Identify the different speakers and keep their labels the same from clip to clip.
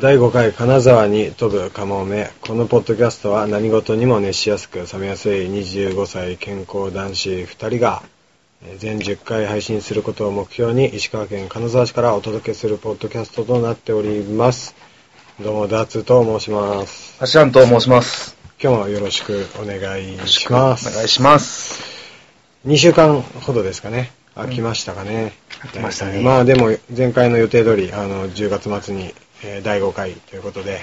Speaker 1: 第5回金沢に飛ぶカモメ。このポッドキャストは何事にも熱しやすく冷めやすい25歳健康男子2人がえー全10回配信することを目標に石川県金沢市からお届けするポッドキャストとなっております。どうも、ダーツと申します。
Speaker 2: アシアンと申します。
Speaker 1: 今日もよろしくお願いします。
Speaker 2: お願いします。
Speaker 1: 2週間ほどですかね。空きましたかね。
Speaker 2: 空きましたね
Speaker 1: 大体まあでも前回の予定通り、あの、10月末に、えー第5回ということで、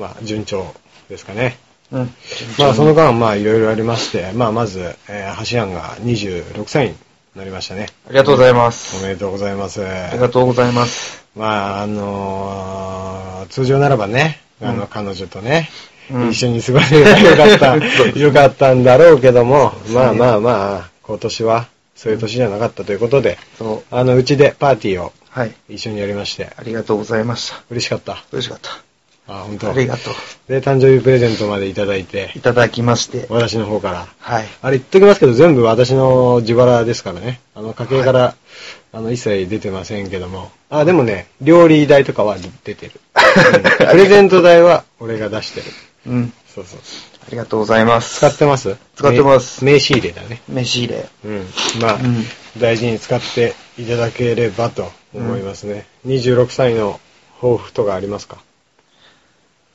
Speaker 1: まあ順調ですかね。
Speaker 2: うん。
Speaker 1: まあその間、まあいろいろありまして、まあまず、えー、ハシアンが26歳になりましたね。
Speaker 2: ありがとうございま
Speaker 1: お
Speaker 2: す。
Speaker 1: めでとうございます。
Speaker 2: ありがとうございます。
Speaker 1: まああのー通常ならばね、あの、
Speaker 2: うん
Speaker 1: 彼女とね、
Speaker 2: うん
Speaker 1: 一緒に過ごせればよ かった、よかったんだろうけども、
Speaker 2: そう
Speaker 1: まあまあまあ、今年はそういう年じゃなかったということで、
Speaker 2: そう。
Speaker 1: あの、うちでパーティーを
Speaker 2: はい。
Speaker 1: 一緒にやりまして、
Speaker 2: ありがとうございました。
Speaker 1: 嬉しかった。
Speaker 2: 嬉しかった。
Speaker 1: あ、本当。
Speaker 2: ありがとう。
Speaker 1: で、誕生日プレゼントまでいただいて
Speaker 2: い、ただきまして。
Speaker 1: 私の方から。
Speaker 2: はい。
Speaker 1: あれ言っときますけど、全部私の自腹ですからね。あの、家計から、あの、一切出てませんけども。あ、でもね、料理代とかは出 てる。うんプレゼント代は俺が出してる。
Speaker 2: うん。
Speaker 1: そうそう。
Speaker 2: ありがとうございます。
Speaker 1: 使ってます
Speaker 2: 使ってます
Speaker 1: 名名刺入れだね。
Speaker 2: 飯入れ。
Speaker 1: うん。まあ、
Speaker 2: うん
Speaker 1: 大事に使っていただければと思いますね。26歳の抱負とかありますか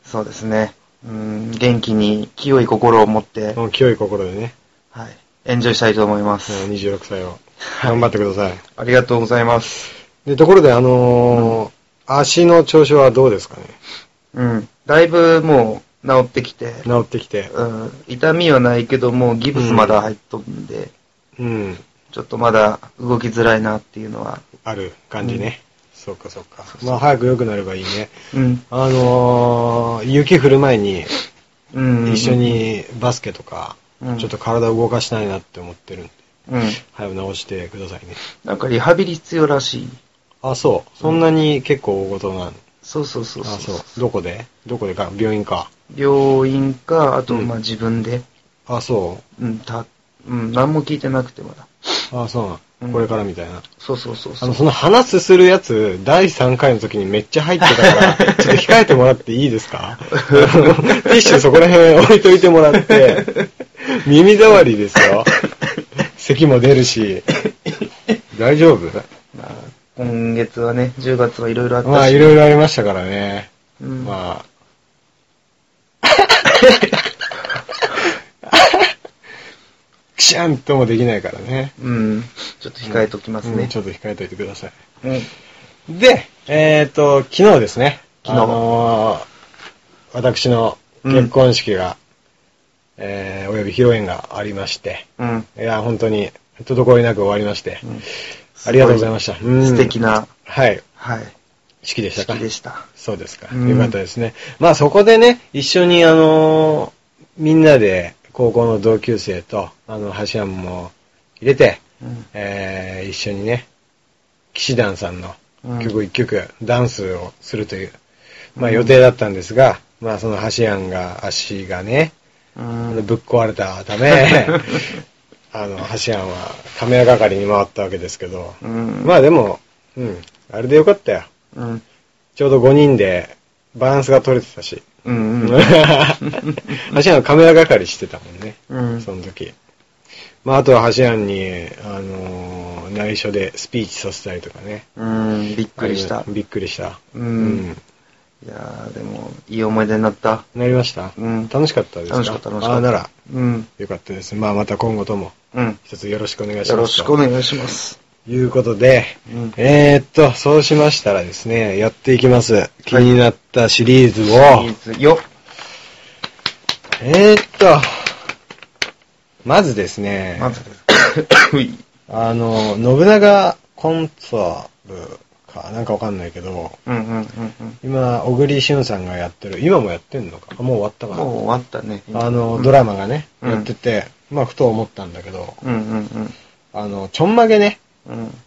Speaker 2: そうですね。うん。元気に清い心を持って、
Speaker 1: うん、清い心でね、
Speaker 2: はい。エンジョイしたいと思いま
Speaker 1: う
Speaker 2: す。
Speaker 1: ん26歳を 頑張ってください。
Speaker 2: ありがとうございます。
Speaker 1: で、ところで、あのー足の調子はどうですかね
Speaker 2: うん。だいぶもう治ってきて、
Speaker 1: 治ってきて。
Speaker 2: うん。痛みはないけど、もうギブスまだ入っとるんで、
Speaker 1: うん、
Speaker 2: ちょっとまだ動きづらいなっていうのは。
Speaker 1: ある感じね。そうかそうか。
Speaker 2: そうそう
Speaker 1: まあ、早く良くなればいいね。
Speaker 2: うん。
Speaker 1: あのー雪降る前に、
Speaker 2: うん。
Speaker 1: 一緒。にバスケとか、
Speaker 2: うん
Speaker 1: ちょっと体を動かしたいなって思ってるんで、
Speaker 2: うん。
Speaker 1: 早く直してくださいね。
Speaker 2: なんかリハビリ必要らしい。
Speaker 1: あ、そう。そんなに結構大事なの。
Speaker 2: そうそうそう
Speaker 1: あ、
Speaker 2: そう。
Speaker 1: そう。どこでどこでか病院か。
Speaker 2: 病院か、あと、
Speaker 1: うん
Speaker 2: まあ自分で。
Speaker 1: あ、そ
Speaker 2: うん、た、うん、何も聞いてなくてまだ。
Speaker 1: う。あ、そうな
Speaker 2: う
Speaker 1: の。
Speaker 2: ん
Speaker 1: これからみたいな。
Speaker 2: そうそうそう
Speaker 1: あ
Speaker 2: そう。
Speaker 1: の、その鼻すするやつ、第3回の時にめっちゃ入ってた から、ちょっと控えてもらっていいですか あのティッシュそこら辺置いといてもらって、耳障りですよ。咳も出るし。大丈夫
Speaker 2: まあ、今月はね、10月はいろいろあったし。
Speaker 1: まあ、いろいろありましたからね。
Speaker 2: うん、
Speaker 1: まあ。くしゃんともできないからね。
Speaker 2: うん。ちょっと控えときますね。
Speaker 1: うんちょっと控えといてください。
Speaker 2: うん。
Speaker 1: で、えっ、と、昨日ですね。
Speaker 2: 昨日
Speaker 1: あのー私の結婚式が、えーおよび披露宴がありまして、
Speaker 2: うん。
Speaker 1: いや、本当に、滞りなく終わりまして、
Speaker 2: うん
Speaker 1: ありがとうございました。
Speaker 2: すごい素敵な、
Speaker 1: はい、
Speaker 2: はい。
Speaker 1: 式でしたか
Speaker 2: 式でした。
Speaker 1: そうですか。
Speaker 2: うん
Speaker 1: よかったですね。まあそこでね、一緒にあのーみんなで高校の同級生と、あの、橋山も入れて、
Speaker 2: うん。
Speaker 1: えー一緒にね、騎士団さんの
Speaker 2: うん
Speaker 1: 曲一曲、ダンスをするという、まあ予定だったんですが、まあその橋山が、足がね、
Speaker 2: う
Speaker 1: あ
Speaker 2: ん。
Speaker 1: のぶっ壊れたた め、あの、橋山はカメラ係に回ったわけですけど、
Speaker 2: うん。
Speaker 1: まあでも、うん、あれでよかったよ。
Speaker 2: うん。
Speaker 1: ちょうど5人でバランスが取れてたし。
Speaker 2: うん。うん。
Speaker 1: 橋庵カメラ係してたもんね。
Speaker 2: うん
Speaker 1: その時。まあ、あとは橋庵に、あのー内緒でスピーチさせたりとかね。
Speaker 2: うん、びっくりした
Speaker 1: あ。びっくりした。
Speaker 2: うんいやー、でも、いい思い出になった。
Speaker 1: なりました、
Speaker 2: うん
Speaker 1: 楽しかったですか
Speaker 2: 楽しかった、楽しかった。
Speaker 1: あなら、
Speaker 2: うん。
Speaker 1: よかったです。まあ、また今後とも、
Speaker 2: うん。
Speaker 1: 一つよろしくお願いします。
Speaker 2: よろしくお願いします。
Speaker 1: ということで、
Speaker 2: うん
Speaker 1: えー、っと、そうしましたらですね、やっていきます。気になったシリーズを、
Speaker 2: いいつよ
Speaker 1: えー、っと、まずですね、
Speaker 2: まず です。うい
Speaker 1: あの、信長コンサブか、なんかわかんないけど、
Speaker 2: うんうんうんうん。
Speaker 1: 今、小栗旬さんがやってる、今もやってんのか、もう終わったか
Speaker 2: もう
Speaker 1: な。
Speaker 2: 終わったね。
Speaker 1: あの、
Speaker 2: うん
Speaker 1: ドラマがね、
Speaker 2: うん
Speaker 1: やってて、まあ、ふと思ったんだけど、
Speaker 2: うんうん
Speaker 1: あの、ちょんまげね、
Speaker 2: うん。うん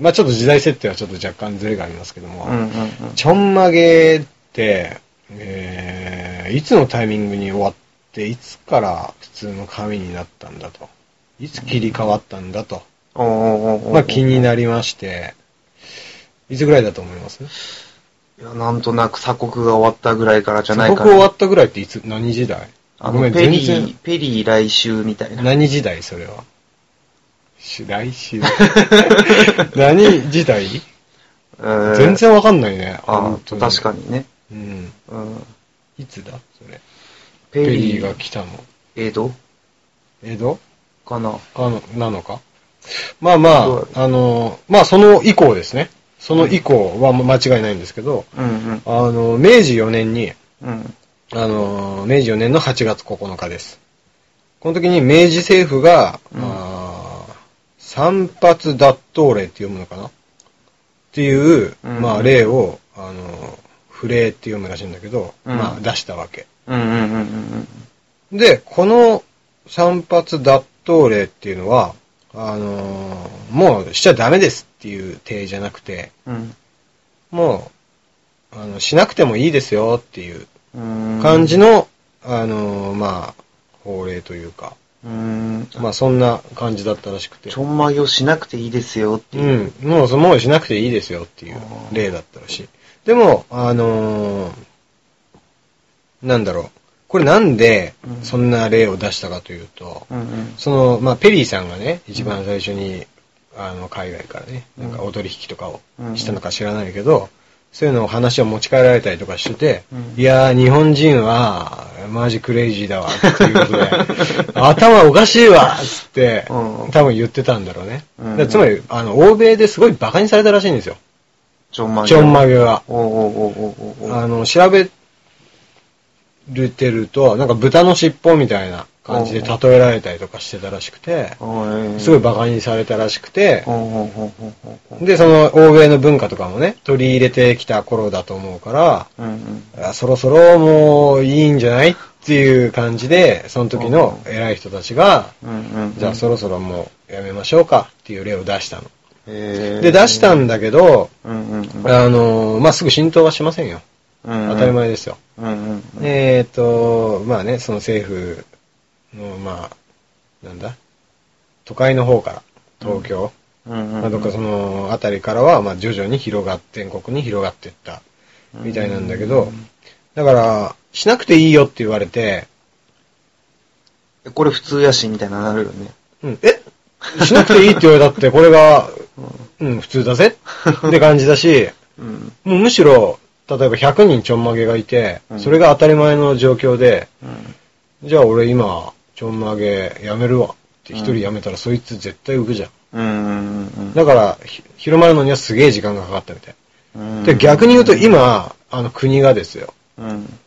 Speaker 1: まあ、ちょっと時代設定はちょっと若干ズレがありますけども、
Speaker 2: うんうんうん。
Speaker 1: ちょんまげって、えー、いつのタイミングに終わって、いつから普通の髪になったんだと。いつ切り替わったんだと。
Speaker 2: おーおーおーおー
Speaker 1: まあ気になりまして、いつぐらいだと思います
Speaker 2: いや、なんとなく鎖国が終わったぐらいからじゃない
Speaker 1: 鎖
Speaker 2: か
Speaker 1: 国終わ
Speaker 2: な。
Speaker 1: ったぐらいっていつ、何時代
Speaker 2: あ
Speaker 1: ごめ
Speaker 2: の、
Speaker 1: ん
Speaker 2: ペリ
Speaker 1: 全然
Speaker 2: ー、ペリー来週みたいな。
Speaker 1: 何時代それは。し来 週。何時代
Speaker 2: えー
Speaker 1: 全然わかんないね。
Speaker 2: あ
Speaker 1: 本当
Speaker 2: あ、確かにね。
Speaker 1: に。うん。
Speaker 2: うん。
Speaker 1: いつだそれ。
Speaker 2: ペ
Speaker 1: ペ
Speaker 2: リ
Speaker 1: リ
Speaker 2: ー
Speaker 1: ー
Speaker 2: が
Speaker 1: が来たの。
Speaker 2: 江戸
Speaker 1: 江戸
Speaker 2: かな。
Speaker 1: かの、なのかまあま
Speaker 2: どう
Speaker 1: あ、あの、まあその以降ですね。その以降は間違いないんですけど、
Speaker 2: うんうん。
Speaker 1: あの、明治4年に、
Speaker 2: うん。
Speaker 1: あの、明治4年の8月9日です。この時に明治政府が、
Speaker 2: うん
Speaker 1: あー三発脱倒令って読むのかなっていう、
Speaker 2: うん
Speaker 1: まあ、令を、あの、不令って読むらしいんだけど、
Speaker 2: うん
Speaker 1: まあ、出したわけ。
Speaker 2: うんうんうんうん
Speaker 1: で、この三発脱倒令っていうのは、あの、もうしちゃダメですっていう体じゃなくて、
Speaker 2: うん。
Speaker 1: もう、あの、しなくてもいいですよっていう
Speaker 2: うん。
Speaker 1: 感じ。の、あのーまあ、法令というか、
Speaker 2: うん。
Speaker 1: まあそんな感じだったらしくて
Speaker 2: ちょ。んまげをしなくていいですよって
Speaker 1: う
Speaker 2: いう。
Speaker 1: ん、もうそもうしなくていいですよっていう
Speaker 2: あー
Speaker 1: 例だったらしい。でも、あのーなんだろう。これなんで
Speaker 2: うん
Speaker 1: そんな例を出したかというと、
Speaker 2: うんうん。
Speaker 1: その、まあペリーさんがね、一番最初に、あの、海外からね、なんか踊り引きとかをしたのか知らないけど、そういうのを話を持ち帰られたりとかしてて、
Speaker 2: うん
Speaker 1: いやー、日本人は、マジクレイジーだわ、っていうことで、 頭おかしいわっつって、
Speaker 2: うん
Speaker 1: 多分言ってたんだろうね。
Speaker 2: うん
Speaker 1: でつまり、あの、欧米ですごい馬鹿にされたらしいんですよ。
Speaker 2: ちょんまげ。
Speaker 1: ちょんまげは。
Speaker 2: おうおうおうおうおうおう
Speaker 1: あの、調べるてると、なんか豚の尻尾みたいな感じで例えられたりとかしてたらしくて、
Speaker 2: おい
Speaker 1: すごい馬鹿にされたらしくて、
Speaker 2: おうおうおうおうおう
Speaker 1: で、その欧米の文化とかもね、取り入れてきた頃だと思うから、
Speaker 2: うんうん。
Speaker 1: あそろそろもういいんじゃないっていう感じで、その時の偉い人たちが、
Speaker 2: うんうんうん。
Speaker 1: じゃあそろそろもうやめましょうかっていう例を出したの。
Speaker 2: へー
Speaker 1: で、出したんだけど、
Speaker 2: うんうんうん。
Speaker 1: あの、まあ、すぐ浸透はしませんよ。
Speaker 2: 当
Speaker 1: 当たり前ですよ。
Speaker 2: うんうんうん。
Speaker 1: えっ、と、まあね、その政府の、まあ、なんだ、都会の方から、東京、
Speaker 2: うんうん
Speaker 1: まあ、どっかその辺りからは、まあ徐々に広がって、全国に広がっていった、みたいなんだけど、だから、しなくていいよって言われて、
Speaker 2: これ普通やし、みたいななるよね。
Speaker 1: うん、えしなくていいって言われたって、これが、うん、普通だぜって感じだし、
Speaker 2: うん。
Speaker 1: もうむしろ、例えば100人ちょんまげがいて
Speaker 2: う、ん
Speaker 1: それが当たり前の状況で、
Speaker 2: うん。
Speaker 1: じゃあ俺今、ちょんまげやめるわって一人やめたらそいつ絶対浮くじゃん。
Speaker 2: うんうんうん。
Speaker 1: だから、ひ広まるのにはすげえ時間がかかったみたい。
Speaker 2: うん
Speaker 1: で、逆に言うと、今、あの国がですよ、
Speaker 2: うん。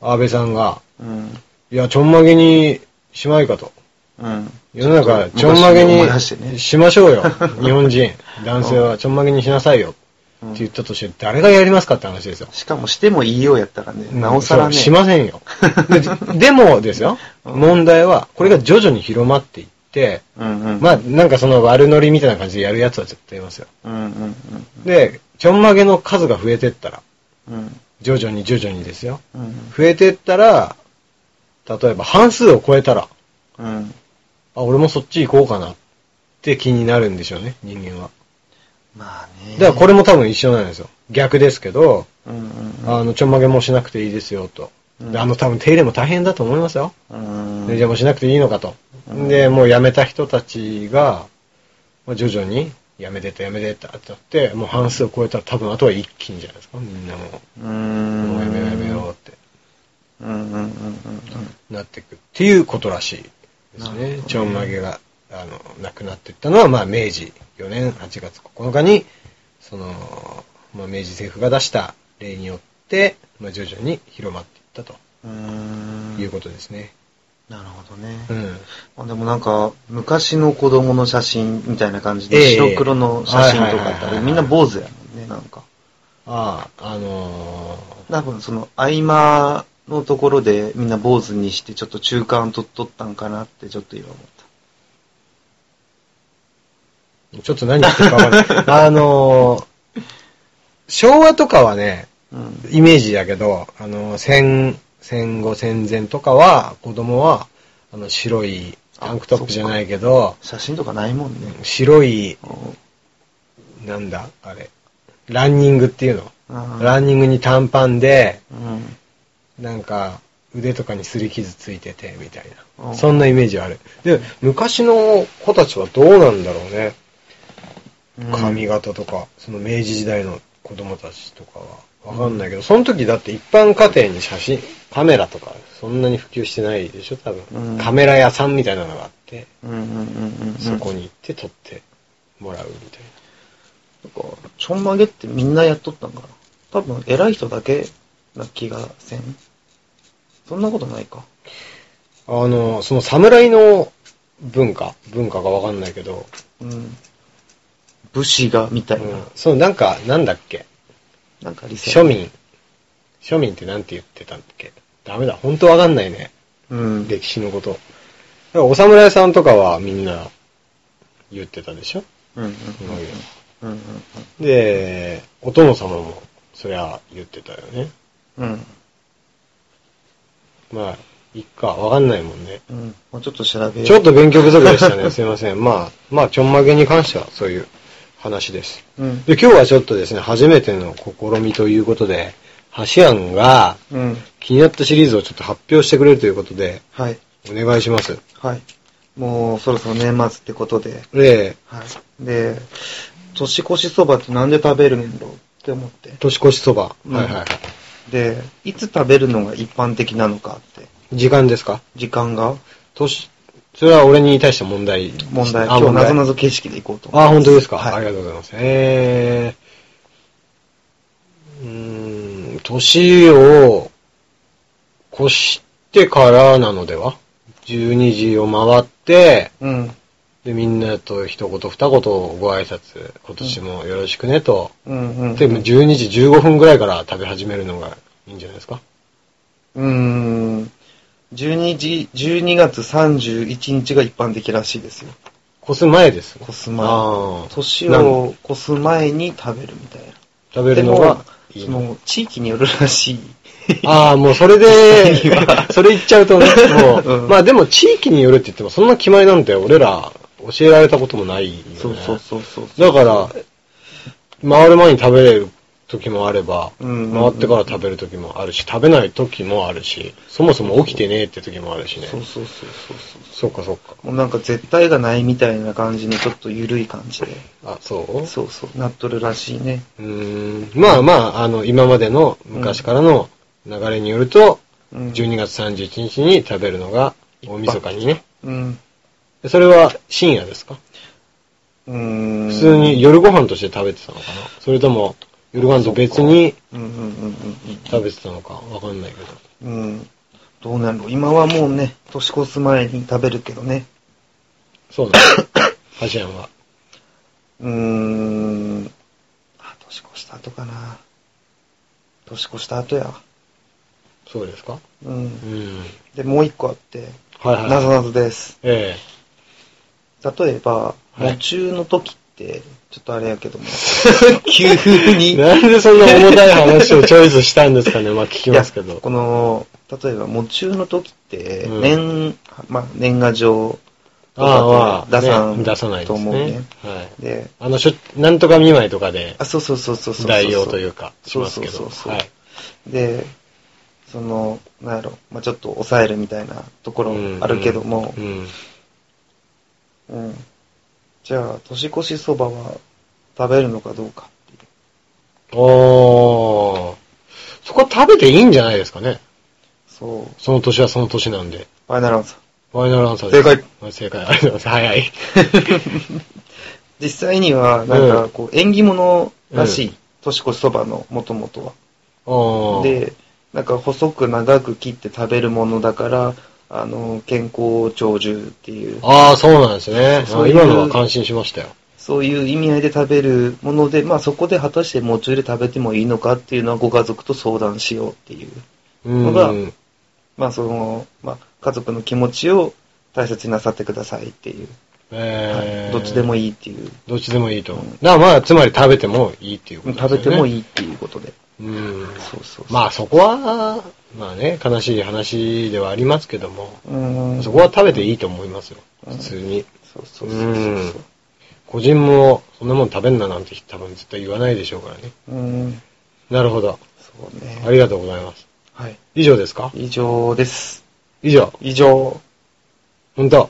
Speaker 1: 安倍さんが、
Speaker 2: うん。
Speaker 1: いや、ちょんまげにしまいかと。
Speaker 2: うん。
Speaker 1: 世の中、ちょんまげ
Speaker 2: 昔思い出して
Speaker 1: に
Speaker 2: ね
Speaker 1: しましょう よ。日本人、男性はちょんまげにしなさいよ。
Speaker 2: うん
Speaker 1: って言ったとして、誰がやりますかって話ですよ。
Speaker 2: しかもしてもいいようやったらね、なおさら
Speaker 1: うん
Speaker 2: ね。
Speaker 1: そうしませ んよ。ででもですよ、
Speaker 2: うん
Speaker 1: 問題は、これが徐々に広まっていって、
Speaker 2: うんうん。
Speaker 1: まあ、なんかその悪ノリみたいな感じでやるやつは絶対いますよ。
Speaker 2: うんうん
Speaker 1: で、ちょんまげの数が増えてったら、
Speaker 2: うん。うん。
Speaker 1: 徐々に徐々にですよ。
Speaker 2: うん。
Speaker 1: 増えてったら、例えば半数を超えたら、
Speaker 2: うん。
Speaker 1: あ、俺もそっち行こうかなって気になるんでしょうね、人間は。
Speaker 2: まあね。
Speaker 1: だからこれ
Speaker 2: も、
Speaker 1: も多分一緒なんですよ。逆ですけど、
Speaker 2: うんうんうん。
Speaker 1: あの、ちょんまげもしなくていいですよと。
Speaker 2: うん
Speaker 1: であの、多分手入れも大変だと思いますよ。
Speaker 2: うん。
Speaker 1: でじゃあもうしなくていいのかと。
Speaker 2: うん
Speaker 1: で、もう辞めた人たちが、まあ徐々に辞めてった、辞めてったってなって、もう半数を超えたら多分あとは一気にじゃないですか、みんなも
Speaker 2: う
Speaker 1: う。
Speaker 2: ん。
Speaker 1: もう辞めよう辞めようって
Speaker 2: うんうんうんうん
Speaker 1: なっていくっていうことらしいです
Speaker 2: なるほ
Speaker 1: ね
Speaker 2: ど。ね
Speaker 1: ちょんまげが、あの、なくなっていったのは、まあ明治4年8月9日に、その、まあ明治政府が出した例によって、まあ徐々に広まっていったと
Speaker 2: うん。うん。
Speaker 1: いうことですね。
Speaker 2: なるほどね。
Speaker 1: うん。
Speaker 2: あでもなんか、昔の子供の写真みたいな感じ
Speaker 1: え
Speaker 2: で、
Speaker 1: え
Speaker 2: 白黒の写真とかあっ
Speaker 1: はいはいは
Speaker 2: た
Speaker 1: いは
Speaker 2: り、
Speaker 1: い
Speaker 2: みんな坊主やもんね、なんか。
Speaker 1: ああ、あのー
Speaker 2: 多分その合間のところでみんな坊主にして、ちょっと中間と取ったんかなってちょっと今思っ
Speaker 1: ちょっと何言ってるかわかん ない。あのー昭和とかはね、
Speaker 2: た。うん。
Speaker 1: イメージだけど、あのー戦、戦後戦前とかは、子供は、あの、白い、タンクトップじゃないけど、
Speaker 2: 写真とかないもんね。
Speaker 1: 白い、
Speaker 2: うん
Speaker 1: なんだ、あれ、ランニングっていうの
Speaker 2: うん
Speaker 1: ランニングに短パンで、
Speaker 2: うん。
Speaker 1: なんか、腕とかに擦り傷ついてて、みたい
Speaker 2: うん
Speaker 1: な。そんなイメージはある。で、昔の子たちはどうなんだろうね。
Speaker 2: うん
Speaker 1: 髪。型とか、その明治時代の子供たちとかは。わかんないけど、その時だって一般家庭に写真、カメラとか、そんなに普及してないでしょ、多分。
Speaker 2: うん
Speaker 1: カメラ屋さんみたいなのがあって、
Speaker 2: うんうんうんうん。
Speaker 1: そこに行って撮ってもらうみたいな。
Speaker 2: なんか、ちょんまげってみんなやっとったんかな。多分、偉い人だけな気がせん。そんなことないか。
Speaker 1: あの、その侍の文化、文化がわかんないけど、
Speaker 2: うん。武士が、みたいな。
Speaker 1: うんそのなんか、なんだっけ、
Speaker 2: なんか理想。
Speaker 1: 庶。民。庶民ってなんて言ってたんだっけダメだ、本当わかんないね。
Speaker 2: うん。
Speaker 1: 歴史のこと。だからお侍さんとかはみんな言ってたでしょ
Speaker 2: うんうんうん。うん
Speaker 1: で、お殿様も、そりゃ言ってたよね。
Speaker 2: うんうん。
Speaker 1: まあ、いっか、わかんないもんね。
Speaker 2: うん。もうちょっと調べよう
Speaker 1: ちょっと勉強不足でしたね。 すいません。まあ、まあ、ちょんまげに関してはそういう話です。
Speaker 2: うん。
Speaker 1: で、今日はちょっとですね、初めての試みということで、ハシアンが
Speaker 2: うん。
Speaker 1: 気になったシリーズをちょっと発表してくれるということで、
Speaker 2: はい。
Speaker 1: お願いします。
Speaker 2: はい。もう、そろそろ年末ってことで。
Speaker 1: で、
Speaker 2: はい。で、年越しそばってなんで食べるんだろうって思って。
Speaker 1: 年越しそば。
Speaker 2: うん
Speaker 1: はいはいはい。
Speaker 2: で、いつ食べるのが一般的なのかって。
Speaker 1: 時間ですか
Speaker 2: 時間が
Speaker 1: 年、それは俺に対して問題。
Speaker 2: 問題。
Speaker 1: あ、
Speaker 2: 今日、
Speaker 1: 問
Speaker 2: な
Speaker 1: 題
Speaker 2: ぞ。なぞ形式でいこうと思います
Speaker 1: あ、本当ですか、あ
Speaker 2: は
Speaker 1: り
Speaker 2: い。
Speaker 1: がとうございます。えー、うーん、年を越してからなのでは ?12 時を回って、
Speaker 2: うん。
Speaker 1: で、みんなと一言二言ご挨拶、今年もよろしくねと。
Speaker 2: うんうん。
Speaker 1: で、12時15分ぐらいから食べ始めるのがいいんじゃないですか
Speaker 2: うーん。12時、12月31日が一般的らしいですよ。
Speaker 1: 越す前です。
Speaker 2: 越す
Speaker 1: あ
Speaker 2: 前
Speaker 1: ー。
Speaker 2: 年を越す前に食べるみたいな。
Speaker 1: 食べ
Speaker 2: で
Speaker 1: るの
Speaker 2: も
Speaker 1: が、いい
Speaker 2: そ
Speaker 1: の
Speaker 2: の、地域によるらしい。
Speaker 1: ああ、もうそれ で、それ言っちゃうとね、もう、
Speaker 2: うん
Speaker 1: まあでも地域によるって言っても、そんな決まりなんて俺ら教えられたこともないよ、ね。
Speaker 2: そうそうそうそう。
Speaker 1: だから、回る前に食べれる時もあれば、
Speaker 2: うんうんうん
Speaker 1: 回ってから食べる時もあるし、食べない時もあるし、そもそも起きてねえって時もあるしね。
Speaker 2: そうそうそうそうそう。
Speaker 1: そうかそうか。
Speaker 2: もうなんか絶対がないみたいな感じのちょっと緩い感じで。
Speaker 1: あ、そう
Speaker 2: そうそう、なっとるらしいね。
Speaker 1: うーん。まあまあ、あの、今までの昔からの流れによると、
Speaker 2: うん。
Speaker 1: 12月31日に食べるのが、大晦日にね。
Speaker 2: うん。
Speaker 1: でそれは深夜ですか
Speaker 2: うーん。
Speaker 1: 普通に。夜ご飯として食べてたのかなそれとも、夜ご飯と別に
Speaker 2: うんうんうん
Speaker 1: 食べてたのかわかんないけど。
Speaker 2: うんうん。うん。どうなんの今はもうね、年越す前に食べるけどね。
Speaker 1: そうなん だ。ハシアンは。
Speaker 2: うーん。あ、年越した後かな。年越した後や。
Speaker 1: そうですか
Speaker 2: う。
Speaker 1: うんん。
Speaker 2: で、もう一個あって、
Speaker 1: はいはい。
Speaker 2: なぞなぞです。
Speaker 1: え
Speaker 2: 例えば、
Speaker 1: はい
Speaker 2: 夢中の時って、ちょっとあれや けども、急
Speaker 1: え
Speaker 2: に、
Speaker 1: なんでそんな重たい話をチョイスしたんです かねまあ聞きますけ
Speaker 2: いや
Speaker 1: ど。
Speaker 2: この、例えば、夢中の時って、
Speaker 1: うん
Speaker 2: 年、まあ、年賀状
Speaker 1: あ
Speaker 2: とか
Speaker 1: あま
Speaker 2: って
Speaker 1: あ、
Speaker 2: 出さん、
Speaker 1: ね出さない
Speaker 2: と
Speaker 1: です
Speaker 2: 思うね
Speaker 1: ね。。はい。
Speaker 2: で、
Speaker 1: あの、しょなんとか見舞いとかで
Speaker 2: あ、、そうそうそうそうそうそう。
Speaker 1: 代用というか、し
Speaker 2: そう
Speaker 1: ますけ
Speaker 2: そ
Speaker 1: ど。
Speaker 2: うそうそう、
Speaker 1: はい。
Speaker 2: で、その、なんやろ、まあ、ちょっと抑えるみたいなところ
Speaker 1: うん
Speaker 2: あるけども
Speaker 1: う、ん。
Speaker 2: うん。じゃあ、年越しそばは食べるのかどうかっていう。
Speaker 1: おー。そこは食べていいんじゃないですかね。
Speaker 2: そう。
Speaker 1: その年はその年なんで。
Speaker 2: ファイナルアンサー。
Speaker 1: ファイナルアンサーです。
Speaker 2: 正
Speaker 1: はい。正解。ありがとうございます。はいはい。
Speaker 2: 実際には、なん
Speaker 1: う
Speaker 2: か、
Speaker 1: ん
Speaker 2: こう、縁起物らしい。
Speaker 1: うん
Speaker 2: 年越しそばの元々は。
Speaker 1: おー、
Speaker 2: で、なんか細く長く切って食べるものだから、あの、健康長寿っていう、
Speaker 1: ああ、そうなんですね。
Speaker 2: そう
Speaker 1: あ
Speaker 2: いう
Speaker 1: 今のは感心しましたよ。
Speaker 2: そういう意味合いで食べるもので、まあそこで果たしてもうちょいで食べてもいいのかっていうのはご家族と相談しようっていう。
Speaker 1: うん。
Speaker 2: のがまあその、まあ家族の気持ちを大切になさってくださいっていう。は
Speaker 1: え
Speaker 2: い
Speaker 1: ー、
Speaker 2: どっちでも
Speaker 1: いい。
Speaker 2: いいっていう。
Speaker 1: どっちでもいいと。
Speaker 2: う
Speaker 1: だ
Speaker 2: ん
Speaker 1: からまあ、つまり食べてもいいっていうことですよ
Speaker 2: 食
Speaker 1: ね。
Speaker 2: べても
Speaker 1: い。
Speaker 2: いいっていうことで。
Speaker 1: うん。
Speaker 2: そうそうそう。
Speaker 1: まあ、そこは、まあね、悲しい話ではありますけども、
Speaker 2: うん。
Speaker 1: そこは食べていいと思いますよ。
Speaker 2: うん
Speaker 1: 普通に。
Speaker 2: そうそうそうそうそう。
Speaker 1: 個人も、そんなもん食べんななんて多分絶対言わないでしょうからね。
Speaker 2: うん。
Speaker 1: なるほど。
Speaker 2: そうね。
Speaker 1: ありがとうございます。
Speaker 2: はい。
Speaker 1: 以上ですか
Speaker 2: 以上です。
Speaker 1: 以上。
Speaker 2: 以上。
Speaker 1: 本 当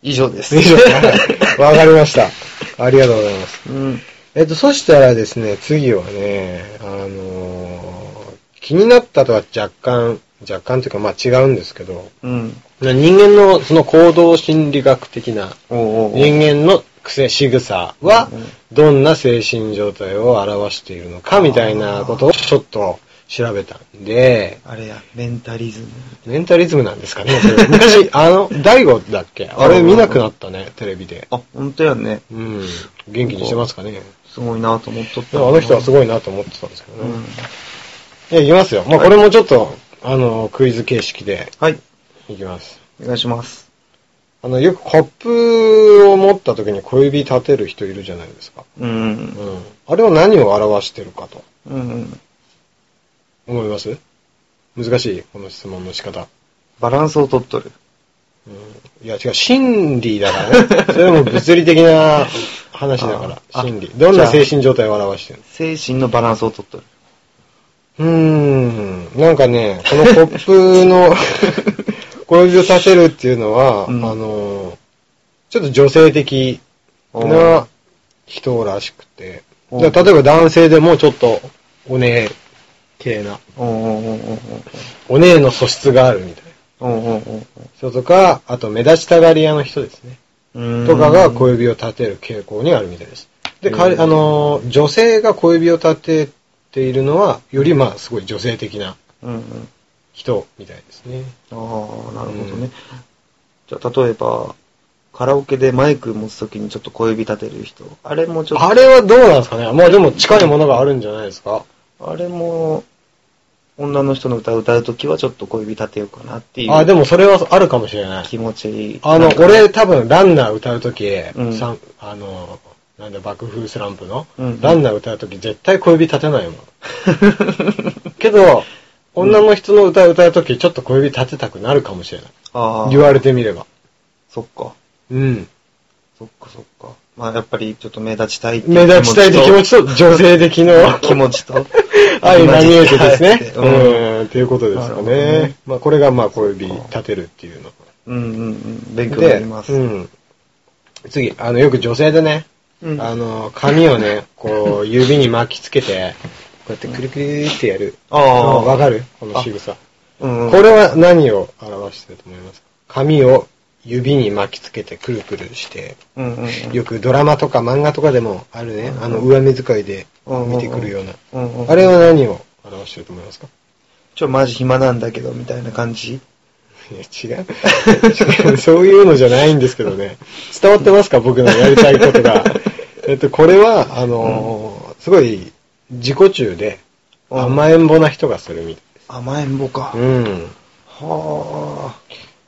Speaker 2: 以上です。
Speaker 1: 以上。はいわかりました。ありがとうございます。
Speaker 2: うん。
Speaker 1: えっと、そしたらですね、次はね、あのー気になったとは若干、若干というか、まあ違うんですけど、
Speaker 2: うん。
Speaker 1: な人間のその行動心理学的な、
Speaker 2: おうおうおう
Speaker 1: 人間の癖、仕草は
Speaker 2: うんうん、
Speaker 1: どんな精神状態を表しているのかみたいなことをちょっと調べたんで、
Speaker 2: あれや、メンタリズム。
Speaker 1: メンタリズムなんですかね。それ 昔、あの、大悟だっけあれ見なくなったね、テレビで。
Speaker 2: あ、本当やね。
Speaker 1: うん。元気にしてますかね。
Speaker 2: すごいなと思っとった
Speaker 1: でもあの人はす
Speaker 2: い。
Speaker 1: ごいなと思ってたんですけど
Speaker 2: う
Speaker 1: ね。
Speaker 2: ん。
Speaker 1: いや、いきますよ。まあ、これもちょっと、あの、クイズ形式で
Speaker 2: はい。
Speaker 1: いきます。
Speaker 2: お願いします。
Speaker 1: あの、よくコップを持った時に小指立てる人いるじゃないですか。
Speaker 2: うん
Speaker 1: う。ん。あれは何を表してるかと
Speaker 2: うん。
Speaker 1: 思います難しいこの質問の仕方。
Speaker 2: バランスをとっとる。
Speaker 1: うん。いや、違う、心理だからね。 それも物理的な話だか
Speaker 2: あ
Speaker 1: ら、
Speaker 2: あ
Speaker 1: 心理。どんな精神状態を表してるの
Speaker 2: 精神のバランスをとっとる。
Speaker 1: うーん、なんかね、このコップ の小指を立てるっていうのは、
Speaker 2: うん
Speaker 1: あの、ちょっと女性的
Speaker 2: おう
Speaker 1: な人らしくて、
Speaker 2: お
Speaker 1: だから例えば男性でもちょっとお姉系な、
Speaker 2: おうおうおう
Speaker 1: お姉の素質があるみたいな
Speaker 2: おうおうおうおうおう
Speaker 1: 人とか、あと目立ちたがり屋の人ですね。
Speaker 2: うーん
Speaker 1: とかが小指を立てる傾向にあるみたいです。で、か
Speaker 2: うん
Speaker 1: あの、女性が小指を立てているのは、よりまあすごい女性的な
Speaker 2: うんうん。
Speaker 1: 人みたいですね。
Speaker 2: ああ、なるほど
Speaker 1: う
Speaker 2: ね
Speaker 1: ん。
Speaker 2: じゃあ、例えば、カラオケでマイク持つときにちょっと小指立てる人。あれもちょっと、
Speaker 1: あれはどうなんですかねまあでも近いものがあるんじゃないですか
Speaker 2: あれも、女の人の歌を歌うときはちょっと小指立てようかなっていう。
Speaker 1: あ、でもそれはあるかもしれない。
Speaker 2: 気持ちいい。
Speaker 1: あの
Speaker 2: なん、か
Speaker 1: 俺、多分ランナー歌うとき、
Speaker 2: ん
Speaker 1: さんあの、なんだ、爆風スランプの、
Speaker 2: うん
Speaker 1: ランナー歌うとき絶対小指立てないも ん。けど、女の人の歌を歌うときちょっと小指立てたくなるかもしれない。
Speaker 2: ああ、
Speaker 1: 言われてみれば。
Speaker 2: そっか。
Speaker 1: うん。
Speaker 2: そっかそっか。まあ、やっぱりちょっと目立ちたいってい
Speaker 1: 目
Speaker 2: う
Speaker 1: 立ちたいって気持ちと、女性的の
Speaker 2: 気持ちと。
Speaker 1: 愛ナミエーです
Speaker 2: はい
Speaker 1: ね。うん、っていうことです
Speaker 2: なる
Speaker 1: か
Speaker 2: ほどね
Speaker 1: ね。まあこれがまあ小指立てるっていうの。
Speaker 2: うんうんうん。勉強になります。
Speaker 1: でうん。次、あの、よく女性でね、
Speaker 2: うん
Speaker 1: あの、髪をね、こう、指に巻きつけて、こうやってくるくるってやる。
Speaker 2: ああ
Speaker 1: わかるこの仕草。
Speaker 2: うんうん
Speaker 1: これは何を表してると思いますか髪を指に巻きつけてくるくるして、
Speaker 2: うんうんうん
Speaker 1: よくドラマとか漫画とかでもあるね、あの、上目遣いで見てくるような。
Speaker 2: うんうんうん
Speaker 1: あれは何を表してると思いますか
Speaker 2: ちょ、マジ暇なんだけど、みたいな感じ。
Speaker 1: いや、違う。違う そういうのじゃないんですけどね。伝わってますか僕のやりたいこと が。えっと、これは、あのーすごい、自己中で、
Speaker 2: うん
Speaker 1: 甘えんぼな人がするみたい
Speaker 2: 甘えん坊か。
Speaker 1: です。うん。
Speaker 2: はあ。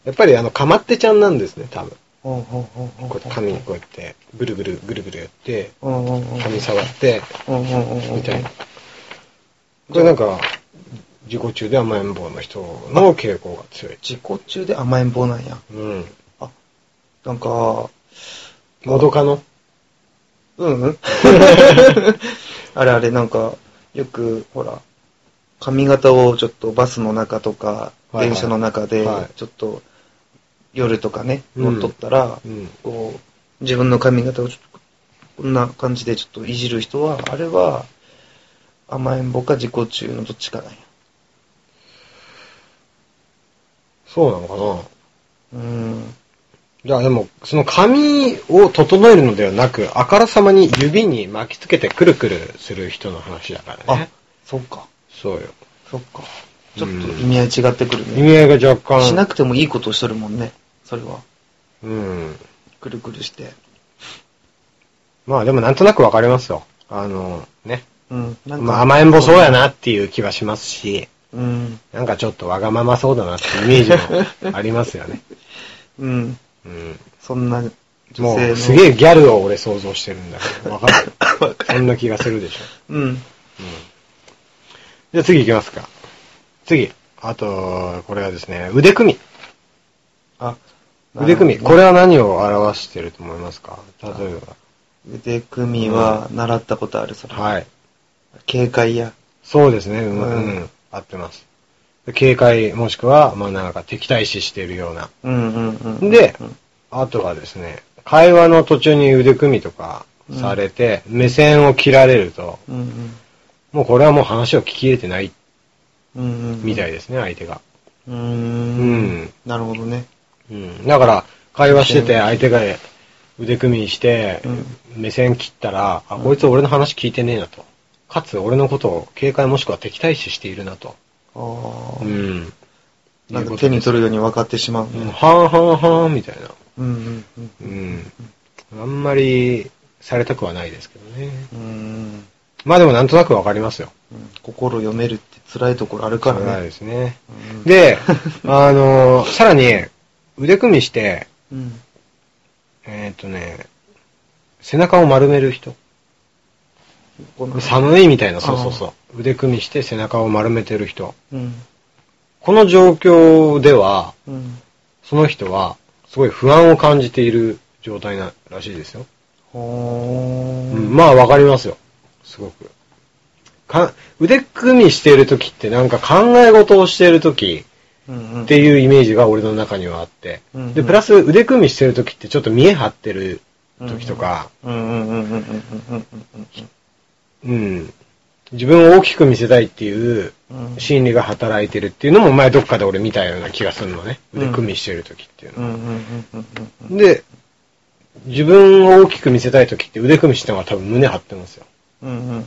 Speaker 1: やっぱり、あの、かまってちゃんなんですね、多分。
Speaker 2: ほうほうほうほう
Speaker 1: こうやって髪にこうやって、ぐるぐる、ぐるぐるやって、
Speaker 2: うんうんうん。
Speaker 1: 髪触って、
Speaker 2: うんうんうんうん。
Speaker 1: みたいな。これなんか、自己中で甘えん坊の人の傾向が強い。
Speaker 2: 自己中で甘えん坊なんや。
Speaker 1: うん。
Speaker 2: あ、なんか、
Speaker 1: 元カノ
Speaker 2: うんうん あれあれ、なんか、よく、ほら、髪型をちょっとバスの中とか、
Speaker 1: いはい
Speaker 2: 電車の中で
Speaker 1: はい、
Speaker 2: ちょっと、夜とかね、
Speaker 1: うん
Speaker 2: 乗っとったら、
Speaker 1: うん
Speaker 2: こう、自分の髪型をちょっと、こんな感じでちょっといじる人は、あれは、甘えん坊か自己中のどっちかなんや。
Speaker 1: そうなのかな
Speaker 2: うん。
Speaker 1: じゃあでも、その髪を整えるのではなく、あからさまに指に巻きつけてくるくるする人の話だから
Speaker 2: あ
Speaker 1: ね。、
Speaker 2: そっか、
Speaker 1: そうよ。
Speaker 2: そっか。ちょっと意味合い違ってくる
Speaker 1: 意
Speaker 2: ね。
Speaker 1: 味合いが若干。
Speaker 2: しなくてもいいことをしとるもんね、それは。
Speaker 1: うん。
Speaker 2: くるくるして。
Speaker 1: まあでもなんとなくわかりますよ。あの、ね。
Speaker 2: うん。なんか
Speaker 1: まあ甘えん坊そうやなっていう気はしますし、
Speaker 2: うん。
Speaker 1: なんかちょっとわがままそうだなってイメージもありますよ ね。
Speaker 2: うん。
Speaker 1: うん。
Speaker 2: そんな
Speaker 1: も
Speaker 2: 女性の。
Speaker 1: うすげえギャルを俺想像してるんだけど、わか るそんな気がするでしょ。
Speaker 2: うん。
Speaker 1: じゃあ次行きますか。次。あと、これはですね、腕組み。
Speaker 2: あ、
Speaker 1: 腕組み。
Speaker 2: なるほ
Speaker 1: これは何を表してると思いますか例えば。
Speaker 2: 腕組みは習ったことある、それ。
Speaker 1: はい。
Speaker 2: 警戒や。
Speaker 1: そうですね、うん、
Speaker 2: うん
Speaker 1: うん、合ってます。警戒もしくは、まあなんか敵対視しているような。
Speaker 2: うんうんうんうん。
Speaker 1: で
Speaker 2: うん
Speaker 1: あとはですね、会話の途中に腕組みとかされて、目線を切られると、
Speaker 2: うんうん。
Speaker 1: もうこれはもう話を聞き入れてない
Speaker 2: うんうんうん。
Speaker 1: みたいですね、相手が。
Speaker 2: うー
Speaker 1: うん
Speaker 2: ん。なるほどね。
Speaker 1: うん。だから、会話してて相手が腕組みして
Speaker 2: うん、
Speaker 1: 目線切ったら、あ、
Speaker 2: うん
Speaker 1: こいつ俺の話聞いてねえなと。かつ、俺のことを警戒もしくは敵対視しているなと。
Speaker 2: あ
Speaker 1: う。
Speaker 2: あ
Speaker 1: ん。
Speaker 2: なんか手に
Speaker 1: る。
Speaker 2: 取るように分かってしまうね。
Speaker 1: はんはんはんみたいな。
Speaker 2: うんうんうん。
Speaker 1: う
Speaker 2: うん
Speaker 1: ん。あんまりされたくはないですけどね。
Speaker 2: うん。
Speaker 1: まあでもなんとなくわかりますよ。
Speaker 2: うん心読めるって辛いところあるから
Speaker 1: ない
Speaker 2: ね
Speaker 1: で。すね。
Speaker 2: うん、
Speaker 1: で、あのさらに、腕組みして、
Speaker 2: うん。
Speaker 1: えーっ、とね、背中を丸める人。
Speaker 2: この
Speaker 1: 寒いみたいな、そうそうそう。腕組みして背中を丸めてる人。
Speaker 2: うん。
Speaker 1: この状況では、
Speaker 2: うん。
Speaker 1: その人は、すごい不安を感じている状態な、らしいですよ。
Speaker 2: ほー
Speaker 1: うんまあわかりますよ。すごく。か、腕組みしている時ってなんか考え事をしている時
Speaker 2: うんうん。
Speaker 1: っていうイメージが俺の中にはあって。
Speaker 2: うんうん
Speaker 1: で、プラス腕組みしてる時ってちょっと見え張ってる時とか、
Speaker 2: うんうんうんうんうんうん
Speaker 1: うん、自分を大きく見せたいっていう
Speaker 2: うんうん。
Speaker 1: 心理が働いてるっていうのも前どっかで俺見たような気がするのね。
Speaker 2: うん
Speaker 1: 腕組みしてる時っていう
Speaker 2: う
Speaker 1: の。
Speaker 2: んうんうんうんうんうん。
Speaker 1: で、自分を大きく見せたい時って腕組みしてるのが多分胸張ってますよ。
Speaker 2: うんうんうんうん。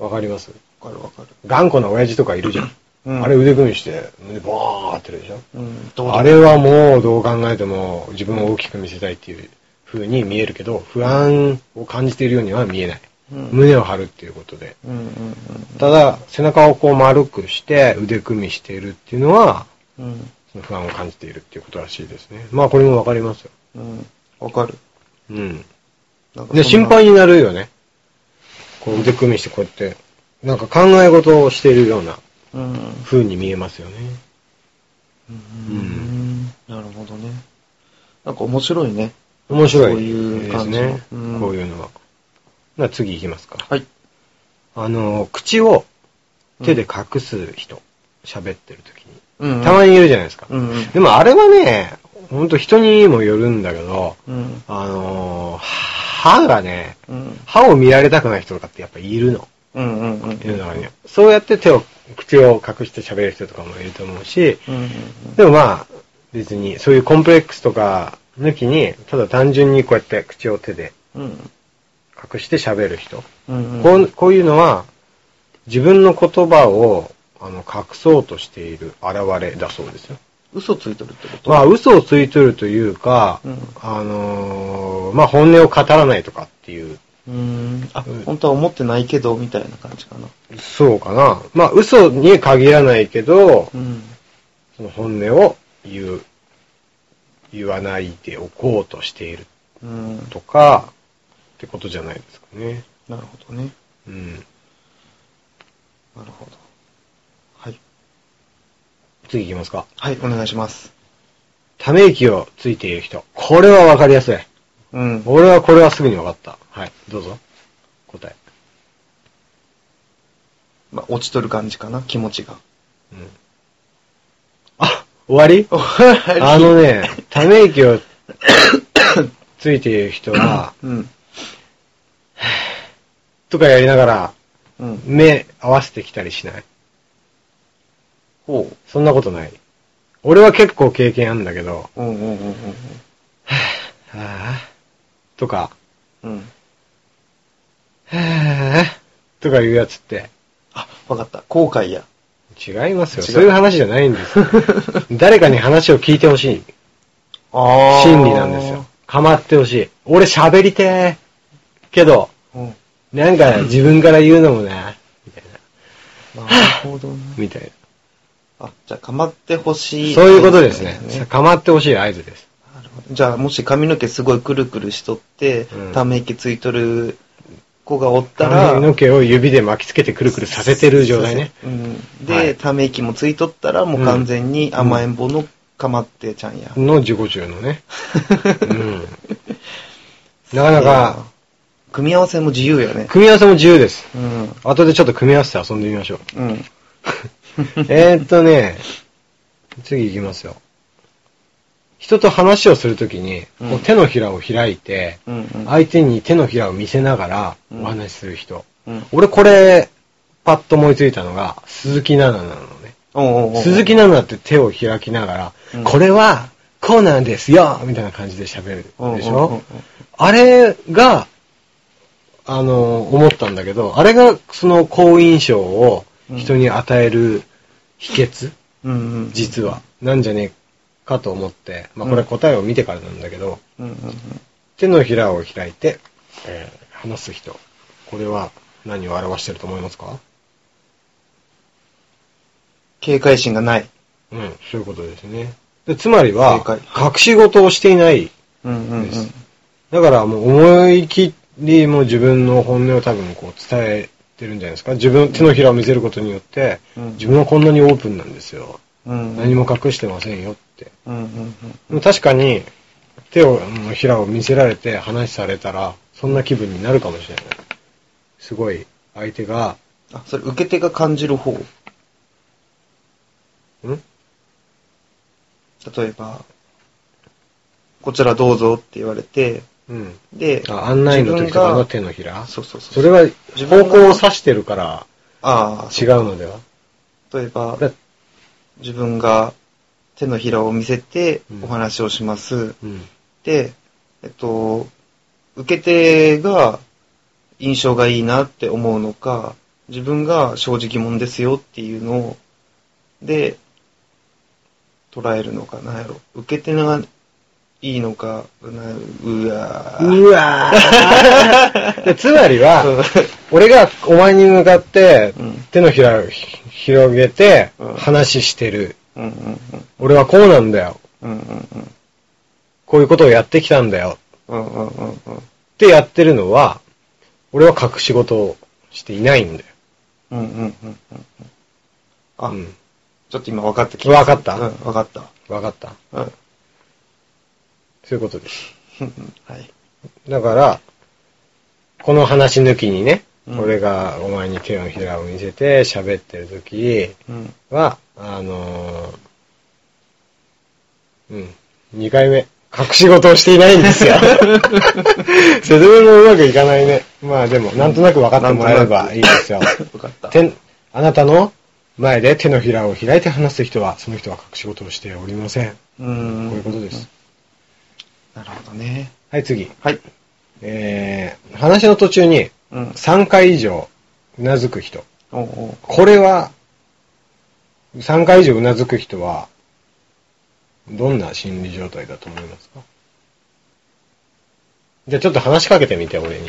Speaker 2: わ
Speaker 1: わかります
Speaker 2: かるわかる。
Speaker 1: 頑固な親父とかいるじゃん。
Speaker 2: うん
Speaker 1: あれ腕組みして、胸ボーンってるでしょ。
Speaker 2: うん。どうだ
Speaker 1: あれはもうどう考えても自分を大きく見せたいっていう風に見えるけど、不安を感じているようには見えない。
Speaker 2: うん
Speaker 1: 胸を張るっていうことで。
Speaker 2: うんうん
Speaker 1: ただ、背中をこう丸くして腕組みしているっていうのは、
Speaker 2: うん。うん。
Speaker 1: その不安を感じているっていうことらしいですね。まあこれもわかりますよ。
Speaker 2: うん。わかる。
Speaker 1: うん。
Speaker 2: なんか
Speaker 1: で、
Speaker 2: そん
Speaker 1: 心
Speaker 2: な
Speaker 1: 配になるよね。こう腕組みしてこうやって、なんか考え事をしているような
Speaker 2: うん。うん
Speaker 1: 風に見えますよね。
Speaker 2: うん。なるほどね。なんか面白いね。
Speaker 1: 面白
Speaker 2: こう
Speaker 1: い
Speaker 2: い
Speaker 1: で
Speaker 2: う
Speaker 1: す
Speaker 2: 感じ
Speaker 1: ね。
Speaker 2: うん
Speaker 1: こういうのは。な次行きますか。
Speaker 2: はい。
Speaker 1: あの、口を手で隠す人、喋ってる時に。
Speaker 2: うんうん。
Speaker 1: たまにいるじゃないですか。
Speaker 2: うんうん。
Speaker 1: でもあれはね、ほんと人にもよるんだけど、
Speaker 2: うん。
Speaker 1: あのー、歯がね、
Speaker 2: うん。
Speaker 1: 歯を見られたくない人とかってやっぱいるの。
Speaker 2: うんうんうん。
Speaker 1: 世の中には。そうやって手を、口を隠して喋る人とかもいると思うし、
Speaker 2: うんうん
Speaker 1: でもまあ、別に、そういうコンプレックスとか抜きに、ただ単純にこうやって口を手で
Speaker 2: うん。
Speaker 1: 隠して喋る人。
Speaker 2: うんうん。
Speaker 1: こうこういうのは、自分の言葉をあの隠そうとしている現れだそうですよ。
Speaker 2: 嘘ついてるってこと
Speaker 1: まあ、嘘をついとるというか、
Speaker 2: うん
Speaker 1: あのーまあ、本音を語らないとかっていう、
Speaker 2: うーん。あ、本当は思ってないけど、みたいな感じかな。
Speaker 1: そうかな。まあ、嘘に限らないけど
Speaker 2: う、ん。
Speaker 1: その本音を言う、言わないでおこうとしている
Speaker 2: うん。
Speaker 1: とか、ってことじゃないですかね。
Speaker 2: なるほどね。
Speaker 1: うん。
Speaker 2: なるほど。はい。
Speaker 1: 次行きますか。
Speaker 2: はい、お願いします。
Speaker 1: ため息をついている人。これはわかりやすい。
Speaker 2: うん。
Speaker 1: 俺はこれはすぐに分かった。はい、どうぞ。答え。
Speaker 2: まあ、落ちとる感じかな、気持ちが。
Speaker 1: うん。あ、終わりあのね、ため息をついている人は、
Speaker 2: うん。
Speaker 1: とかやりながら、
Speaker 2: うん。
Speaker 1: 目合わせてきたりしない。
Speaker 2: ほう。
Speaker 1: そんなことない。俺は結構経験あるんだけど、
Speaker 2: うんうんうんうん
Speaker 1: はぁ、とか、
Speaker 2: うん。うん。
Speaker 1: はぁ、とかいうやつって、
Speaker 2: あ、わかった。後悔や。
Speaker 1: 違いますよ。
Speaker 2: 違う
Speaker 1: そういう話じゃないんです よ。誰かに話を聞いてほしい。
Speaker 2: あ
Speaker 1: 心理なんですよ。。構ってほしい。俺喋りてー。けど、
Speaker 2: うん。
Speaker 1: なんか自分から言うのも な、みたいな。
Speaker 2: なるほどね。
Speaker 1: みたい
Speaker 2: あ、じゃあ、かまってほ
Speaker 1: な。
Speaker 2: しい。
Speaker 1: そういうことですね。構ってほしい合図です。
Speaker 2: なるほどじゃあ、もし髪の毛すごいくるくるしとって、
Speaker 1: うん
Speaker 2: ため息ついとる子がおったら、
Speaker 1: 髪の毛を指で巻きつけてくるくるさせてる状態ね。
Speaker 2: そうそううん。で、
Speaker 1: はい
Speaker 2: ため息もついとったら、もう完全に甘えん坊のかまってちゃん や。
Speaker 1: の自己中のね。うん。なかなか、
Speaker 2: 組み合わせも自由やね。
Speaker 1: 組み合わせも自由です。
Speaker 2: うん。
Speaker 1: 後でちょっと組み合わせて遊んでみましょう。
Speaker 2: うん。
Speaker 1: えーっとね、次行きますよ。人と話をするときに、
Speaker 2: うん
Speaker 1: こう手のひらを開いて、
Speaker 2: うんうん。い。
Speaker 1: 相手に手のひらを見せながら
Speaker 2: うん
Speaker 1: お話しする人。
Speaker 2: うん。
Speaker 1: 俺これ、パッと思いついたのが、鈴木奈々なのね。
Speaker 2: おうおうおう
Speaker 1: 鈴木奈々って手を開きながら、
Speaker 2: うん
Speaker 1: これは、こうなんですよみたいな感じで喋るでし
Speaker 2: おうおうおう
Speaker 1: ょあれが、あの、思ったんだけど、あれがその好印象を人に与える秘訣、
Speaker 2: うんうん。
Speaker 1: 実は、なんじゃねえかと思って、まあこれは答えを見てからなんだけど、
Speaker 2: うんうんうん。
Speaker 1: 手のひらを開いて、えー話す人。これは何を表してると思いますか
Speaker 2: 警戒心がない。
Speaker 1: うん、そういうことですね。でつまりは
Speaker 2: 正解、
Speaker 1: 隠し事をしていない。
Speaker 2: うんうんうん。
Speaker 1: だからもう思い切りもう自分の本音を多分こう伝えてるんじゃないですか。自分、手のひらを見せることによって、
Speaker 2: うん
Speaker 1: 自分はこんなにオープンなんですよ。
Speaker 2: うんうん
Speaker 1: 何も隠してませんよって。
Speaker 2: うんうん
Speaker 1: でも確かに、手を、のひらを見せられて話されたら、そんな気分になるかもしれない。すごい、相手が、
Speaker 2: あ、それ受け手が感じる方。
Speaker 1: ん
Speaker 2: 例えば、こちらどうぞって言われて、
Speaker 1: うん。
Speaker 2: で、
Speaker 1: あ案内の時とかの手のひら
Speaker 2: そうそうそう。
Speaker 1: それは
Speaker 2: 自分
Speaker 1: 方
Speaker 2: が
Speaker 1: 向を指してるから
Speaker 2: ああ、
Speaker 1: 違う
Speaker 2: う。
Speaker 1: のでは
Speaker 2: 例えば、
Speaker 1: だ
Speaker 2: 自分が手のひらを見せて
Speaker 1: うん
Speaker 2: お話をします。
Speaker 1: うん。
Speaker 2: で、えっと、受け手が印象がいいなって思うのか、自分が正直者ですよっていうのを、で、捉えるのか、なんやろ。受け手がいいのか、なうわ
Speaker 1: うわぁ でつまりは、
Speaker 2: ぁ。
Speaker 1: 俺がお前に向かって
Speaker 2: うん、
Speaker 1: 手のひらをひ広げて
Speaker 2: うん
Speaker 1: 話してる。
Speaker 2: うんうんうん。
Speaker 1: 俺はこうなんだよ。
Speaker 2: うんうんうん。
Speaker 1: こういうことをやってきたんだよ。
Speaker 2: うんうんうんうん。
Speaker 1: ってやってるのは、俺は隠し事をしていないんだよ。
Speaker 2: うんうんうんうんうん。あ、
Speaker 1: うん。
Speaker 2: ちょっと今分かった気
Speaker 1: 分かった
Speaker 2: うん、分かった。
Speaker 1: わかった
Speaker 2: うん。
Speaker 1: そういうことです。
Speaker 2: はい。
Speaker 1: だから、この話抜きにね、
Speaker 2: うん
Speaker 1: 俺がお前に手のひらを見せて喋ってる時
Speaker 2: うん。
Speaker 1: は、あのーうん、2回目、隠し事をしていないんです よ。説明もうまくいかないね。まあでも、なんとなく分かってもらえればいいですよ。
Speaker 2: 分かった。
Speaker 1: てんあなたの前で手のひらを開いて話す人は、その人は隠し事をしておりません。
Speaker 2: うんうんうん。
Speaker 1: こういうことです。
Speaker 2: なるほどね。
Speaker 1: はい、次。
Speaker 2: はい。
Speaker 1: えー、話の途中に
Speaker 2: うん。
Speaker 1: 3回以上うなずく人。
Speaker 2: おうおう
Speaker 1: これは、3回以上うなずく人は、どんな心理状態だと思いますかじゃあちょっと話しかけてみて、俺に。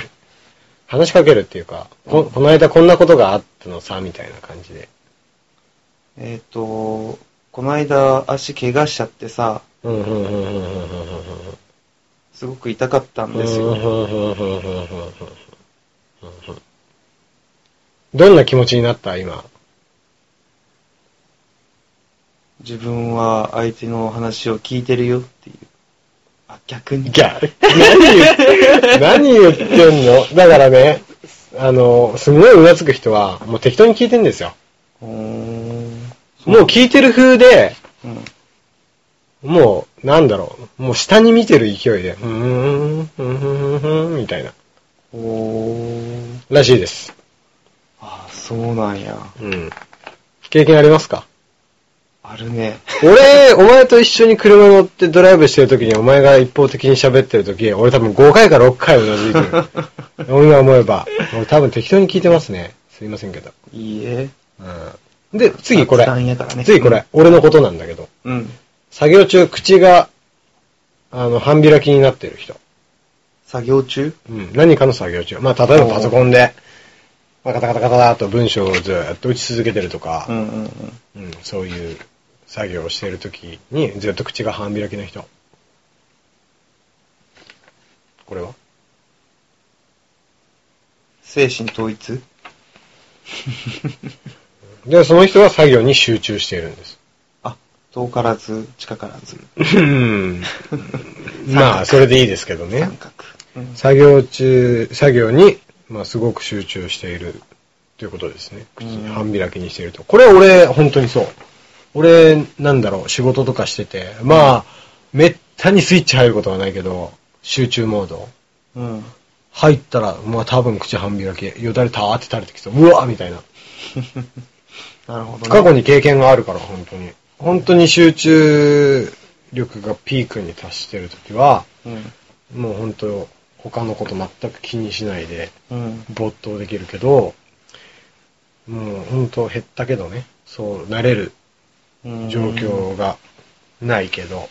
Speaker 1: 話しかけるっていうか、こ、この間こんなことがあったのさ、みたいな感じで。
Speaker 2: えっ、と、この間足怪我しちゃってさ、
Speaker 1: うん、うん、うん、うん、うん、うん、うん。
Speaker 2: すごく痛かったんですよ。
Speaker 1: どんな気持ちになった今。
Speaker 2: 自分は相手の話を聞いてるよっていう。あ、逆に。
Speaker 1: ギャー何言ってんのだからね、あの、すごいうなつく人は、もう適当に聞いてんですよ。
Speaker 2: うー
Speaker 1: も
Speaker 2: ん。
Speaker 1: う聞いてる風で、
Speaker 2: うん。
Speaker 1: もう、なんだろう、もう下に見てる勢いで、うーん、うーん、うーん、みたいな。
Speaker 2: おー。
Speaker 1: らしいです。
Speaker 2: あ、そうなんや。
Speaker 1: うん。経験ありますか
Speaker 2: あるね。
Speaker 1: 俺、お前と一緒に車乗ってドライブしてる時にお前が一方的に喋ってる時、俺多分5回か6回うなずいて る。俺が思えば。俺多分適当に聞いてますね。すいませんけど。
Speaker 2: いいえ。
Speaker 1: うん。で、次これ
Speaker 2: 雑。談やからね
Speaker 1: 次これ。俺のことなんだけど。
Speaker 2: うん。
Speaker 1: 作業中、口が、あの、半開きになってる人。
Speaker 2: 作業中
Speaker 1: うん。何かの作業中。まあ、例えばパソコンで、まあ、カタカタカタカタっと文章をずっと打ち続けてるとか、
Speaker 2: うんうんうん。
Speaker 1: うん、そういう作業をしている時にずっと口が半開きの人。これは
Speaker 2: 精神統一
Speaker 1: で、その人は作業に集中しているん です。
Speaker 2: あ、遠からず、近からず。
Speaker 1: まあ、それでいいですけどね
Speaker 2: 三。角。うん
Speaker 1: 作業中、作業に、まあ、すごく集中しているということですね。口
Speaker 2: うん
Speaker 1: 半開きにしていると。これ俺、本当にそう。俺、なんだろう、仕事とかしてて、まあ、めったにスイッチ入ることはないけど、集中モード。
Speaker 2: うん。
Speaker 1: 入ったら、まあ多分口半開き、よだれたーって垂れてきそう。うわーみたいな。
Speaker 2: なるほどね。
Speaker 1: 過去に経験があるから、本当に。本当に集中力がピークに達してるときは、
Speaker 2: うん。
Speaker 1: もう本当、他のこと全く気にしないで、
Speaker 2: うん。
Speaker 1: 没頭できるけど、もう本当減ったけどね、そうなれる
Speaker 2: うん
Speaker 1: 状況がないけど、っ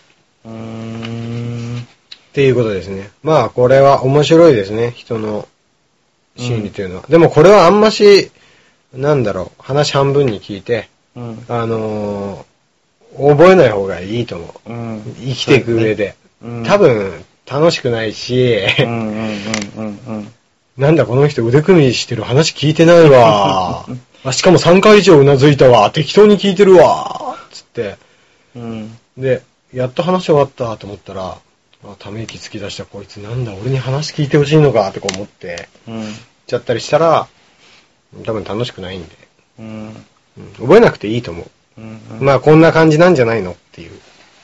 Speaker 2: うーん。
Speaker 1: ていうことですね。まあこれは面白いですね、人の心理というのは。でもこれはあんまし、なんだろう、話半分に聞いて、
Speaker 2: うん。
Speaker 1: あのー覚えない方がいいと思う。
Speaker 2: うん
Speaker 1: 生きていく上で。
Speaker 2: うん
Speaker 1: 多分、楽しくないし、
Speaker 2: うんうんうんうんうん。
Speaker 1: なんだこの人腕組みしてる話聞いてない わ。あしかも3回以上うなずいたわ。適当に聞いてるわ。つって。
Speaker 2: うん。
Speaker 1: で、やっと話終わったと思ったら、あため息つき出したこいつなんだ俺に話聞いてほしいのかとか思って、言っ
Speaker 2: うん。
Speaker 1: ちゃったりしたら、多分楽しくないんで。
Speaker 2: うん。
Speaker 1: うん覚えなくていいと思う。
Speaker 2: うん。
Speaker 1: まあこんな感じなんじゃないのっていう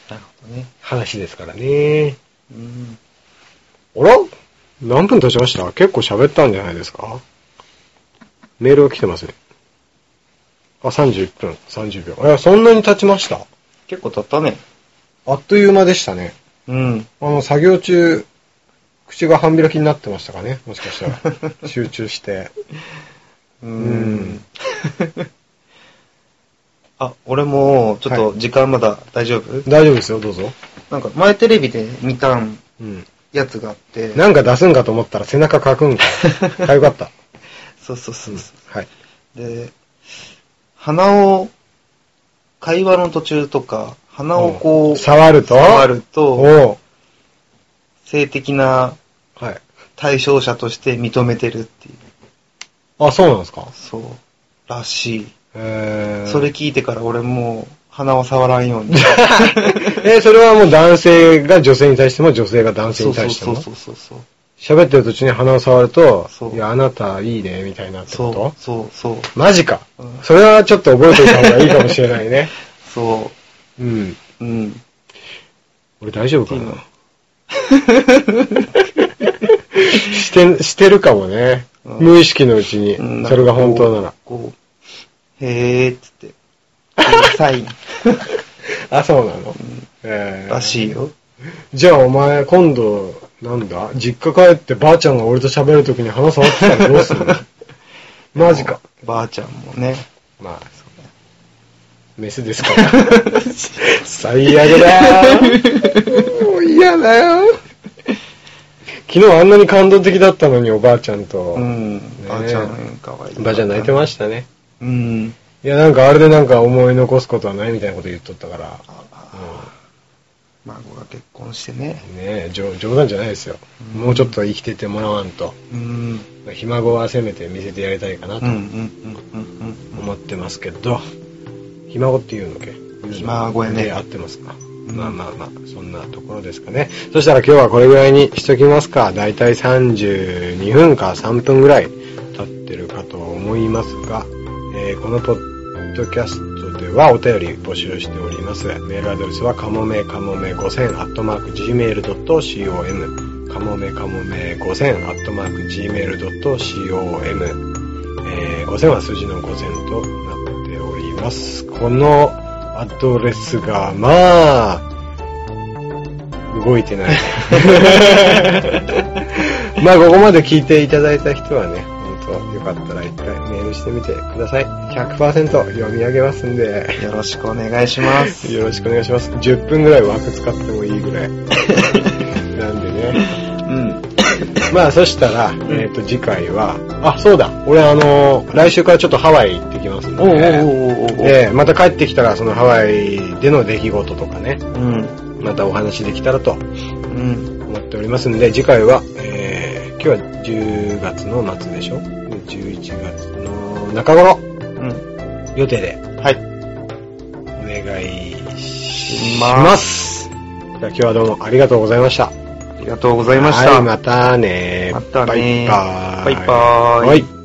Speaker 2: なるほどね。
Speaker 1: 話ですからね。
Speaker 2: うん。
Speaker 1: あら何分経ちました結構喋ったんじゃないですかメールが来てますね。あ、31分、30秒。え、そんなに経ちました
Speaker 2: 結構経ったね。
Speaker 1: あっという間でしたね。
Speaker 2: うん。
Speaker 1: あの、作業中、口が半開きになってましたかねもしかした ら。集中して。
Speaker 2: う
Speaker 1: うん。
Speaker 2: あ、俺も、ちょっと時間まだ大丈夫、
Speaker 1: 大丈夫ですよ、どうぞ。
Speaker 2: なんか前テレビで見たん
Speaker 1: うん。
Speaker 2: やつがあって。
Speaker 1: なんか出すんかと思ったら背中かく んか。あ、よかった。
Speaker 2: そうそうそうそ
Speaker 1: はい。
Speaker 2: う。で、鼻を、会話の途中とか、鼻をこう、
Speaker 1: 触ると
Speaker 2: 触ると、
Speaker 1: おう
Speaker 2: 性的な
Speaker 1: はい。
Speaker 2: 対象者として認めてるっていう。
Speaker 1: あ、そうなんですか
Speaker 2: そう。らしい。
Speaker 1: えー。
Speaker 2: それ聞いてから俺もう鼻を触らんように。
Speaker 1: えー、それはもう男性が女性に対しても女性が 男性
Speaker 2: そう
Speaker 1: に
Speaker 2: そう
Speaker 1: 対して
Speaker 2: そ
Speaker 1: も
Speaker 2: うそうそうそう。
Speaker 1: 喋ってる途中に鼻を触ると
Speaker 2: そ、う
Speaker 1: いや、あなたいいね、みたいなってこ
Speaker 2: そ
Speaker 1: と
Speaker 2: うそうそう。
Speaker 1: マジか
Speaker 2: うん。
Speaker 1: それはちょっと覚えておいた方がいいかもしれない ね。
Speaker 2: そ
Speaker 1: うん。
Speaker 2: う。うん。っ
Speaker 1: 俺大丈夫
Speaker 2: て
Speaker 1: か
Speaker 2: いうの
Speaker 1: な。して、してるかもね。
Speaker 2: うん
Speaker 1: 無意識のうちに
Speaker 2: うん。
Speaker 1: それが本当なら。
Speaker 2: こう、へーっつって。こうサイン
Speaker 1: あ、そうなの。 えー
Speaker 2: らしいよ。
Speaker 1: じゃあお前、今度、なんだ実家帰ってばあちゃんが俺と喋るときに鼻触ってたらどうす るのマジか。
Speaker 2: ばあちゃんもね。
Speaker 1: まあ、そうね。メスですから。最悪だよ。もう嫌だよ。昨日あんなに感動的だったのにおばあちゃんと、
Speaker 2: うん。
Speaker 1: え
Speaker 2: ばあちゃん、かわいい。
Speaker 1: おばあちゃん泣いてましたね。
Speaker 2: うん。
Speaker 1: いや、なんかあれでなんか思い残すことはないみたいなこと言っとったから、
Speaker 2: ああ孫が結婚してね。
Speaker 1: ねえ、冗冗談じゃないですよ。
Speaker 2: うん
Speaker 1: もうちょっと生きててもらわんと。
Speaker 2: うん。
Speaker 1: ひ孫はせめて見せてやりたいかな
Speaker 2: うんう
Speaker 1: と
Speaker 2: んうん
Speaker 1: 思ってますけど、ひ孫っていうのけ
Speaker 2: ひ孫やね
Speaker 1: で合ってますか、
Speaker 2: ん
Speaker 1: まあまあまあ、そんなところですかね。そしたら今日はこれぐらいにしときますか。だいたい32分か3分ぐらい経ってるかと思いますが、えーこのポッドキャストではお便り募集しております。メールアドレスはかもめかもめ5000アットマーク gmail.com かもめかもめ5000アットマーク gmail.com えー、5000は数字の5000となっております。このアドレスが、まあ、動いてない。 まあ、ここまで聞いていただいた人はね、本当よかったら一回メールしてみてください。100%読み上げますんで。
Speaker 2: うん。よろしくお願いします。
Speaker 1: よろしくお願いします。10分ぐらい枠使ってもいいぐらい。なんでね。
Speaker 2: うん。
Speaker 1: まあそしたら、えっ、と次回は、あ、そうだ、俺あのー来週からちょっとハワイ行ってきますんで、
Speaker 2: おうおうおうおうおう
Speaker 1: で、また帰ってきたらそのハワイでの出来事とかね、
Speaker 2: うん。
Speaker 1: またお話できたらと
Speaker 2: うん。
Speaker 1: 思っておりますんで、次回は、えー、今日は10月の末でしょ ?11 月の中頃
Speaker 2: うん。
Speaker 1: 予定で
Speaker 2: はい。
Speaker 1: お願いし
Speaker 2: し
Speaker 1: ます。じゃあ今日はどうもありがとうございました。
Speaker 2: りがとうございました。
Speaker 1: はい、またね。
Speaker 2: またね
Speaker 1: バイバーイ。
Speaker 2: バイバーイ
Speaker 1: はい